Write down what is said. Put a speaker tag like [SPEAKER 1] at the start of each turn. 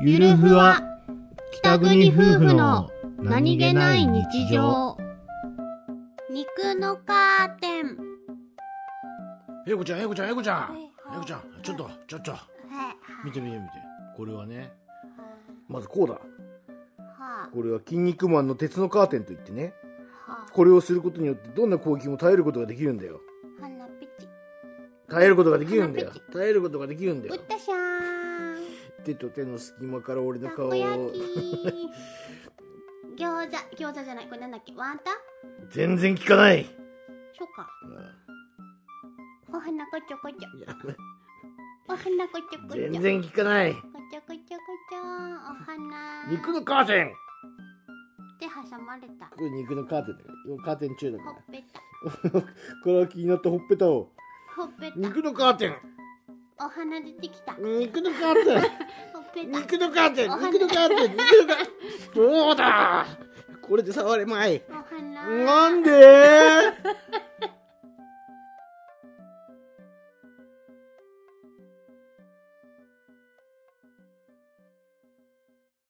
[SPEAKER 1] ゆるふわ北国夫婦の
[SPEAKER 2] 肉のカーテン
[SPEAKER 1] 英子ちゃん英子ちゃん英子ちゃん
[SPEAKER 2] はいは
[SPEAKER 1] 英
[SPEAKER 2] い
[SPEAKER 1] 子ちゃんちょっとちょっと
[SPEAKER 2] は
[SPEAKER 1] 見て見て見てこれはね
[SPEAKER 3] まずこうだ
[SPEAKER 2] は
[SPEAKER 3] これは「筋肉マン」の鉄のカーテンといってね
[SPEAKER 2] は
[SPEAKER 3] これをすることによってどんな攻撃も耐えることができるんだよ
[SPEAKER 2] 鼻ピチ
[SPEAKER 3] 耐えることができるんだよ
[SPEAKER 2] 鼻ペ
[SPEAKER 3] 耐えることができるんだ
[SPEAKER 2] ぶっ
[SPEAKER 3] よ
[SPEAKER 2] たしゃーん
[SPEAKER 3] 手と手の隙間から俺の
[SPEAKER 2] た
[SPEAKER 3] 顔
[SPEAKER 2] こ焼
[SPEAKER 3] を
[SPEAKER 2] き餃子餃子じゃないこれなんだっけワンタン
[SPEAKER 3] 全然効かない
[SPEAKER 2] そうかお花こちょこちょ
[SPEAKER 3] いや
[SPEAKER 2] お花こちょこちょ
[SPEAKER 3] 全然効かない
[SPEAKER 2] こちょこちょこちょお花
[SPEAKER 3] 肉のカーテン
[SPEAKER 2] で挟まれたほ
[SPEAKER 3] これ肉のカーテンだからカーテン中だか
[SPEAKER 2] っぺた
[SPEAKER 3] らこれは気になったほっぺたを
[SPEAKER 2] ほっぺた
[SPEAKER 3] 肉のカーテン
[SPEAKER 2] お花出てきたほっ
[SPEAKER 3] 肉のカーテン
[SPEAKER 2] ぺた
[SPEAKER 3] 肉のカーテン
[SPEAKER 2] お花
[SPEAKER 3] 肉のカーテン肉のカーテンそうだこれで触れまい
[SPEAKER 2] お花
[SPEAKER 3] なんで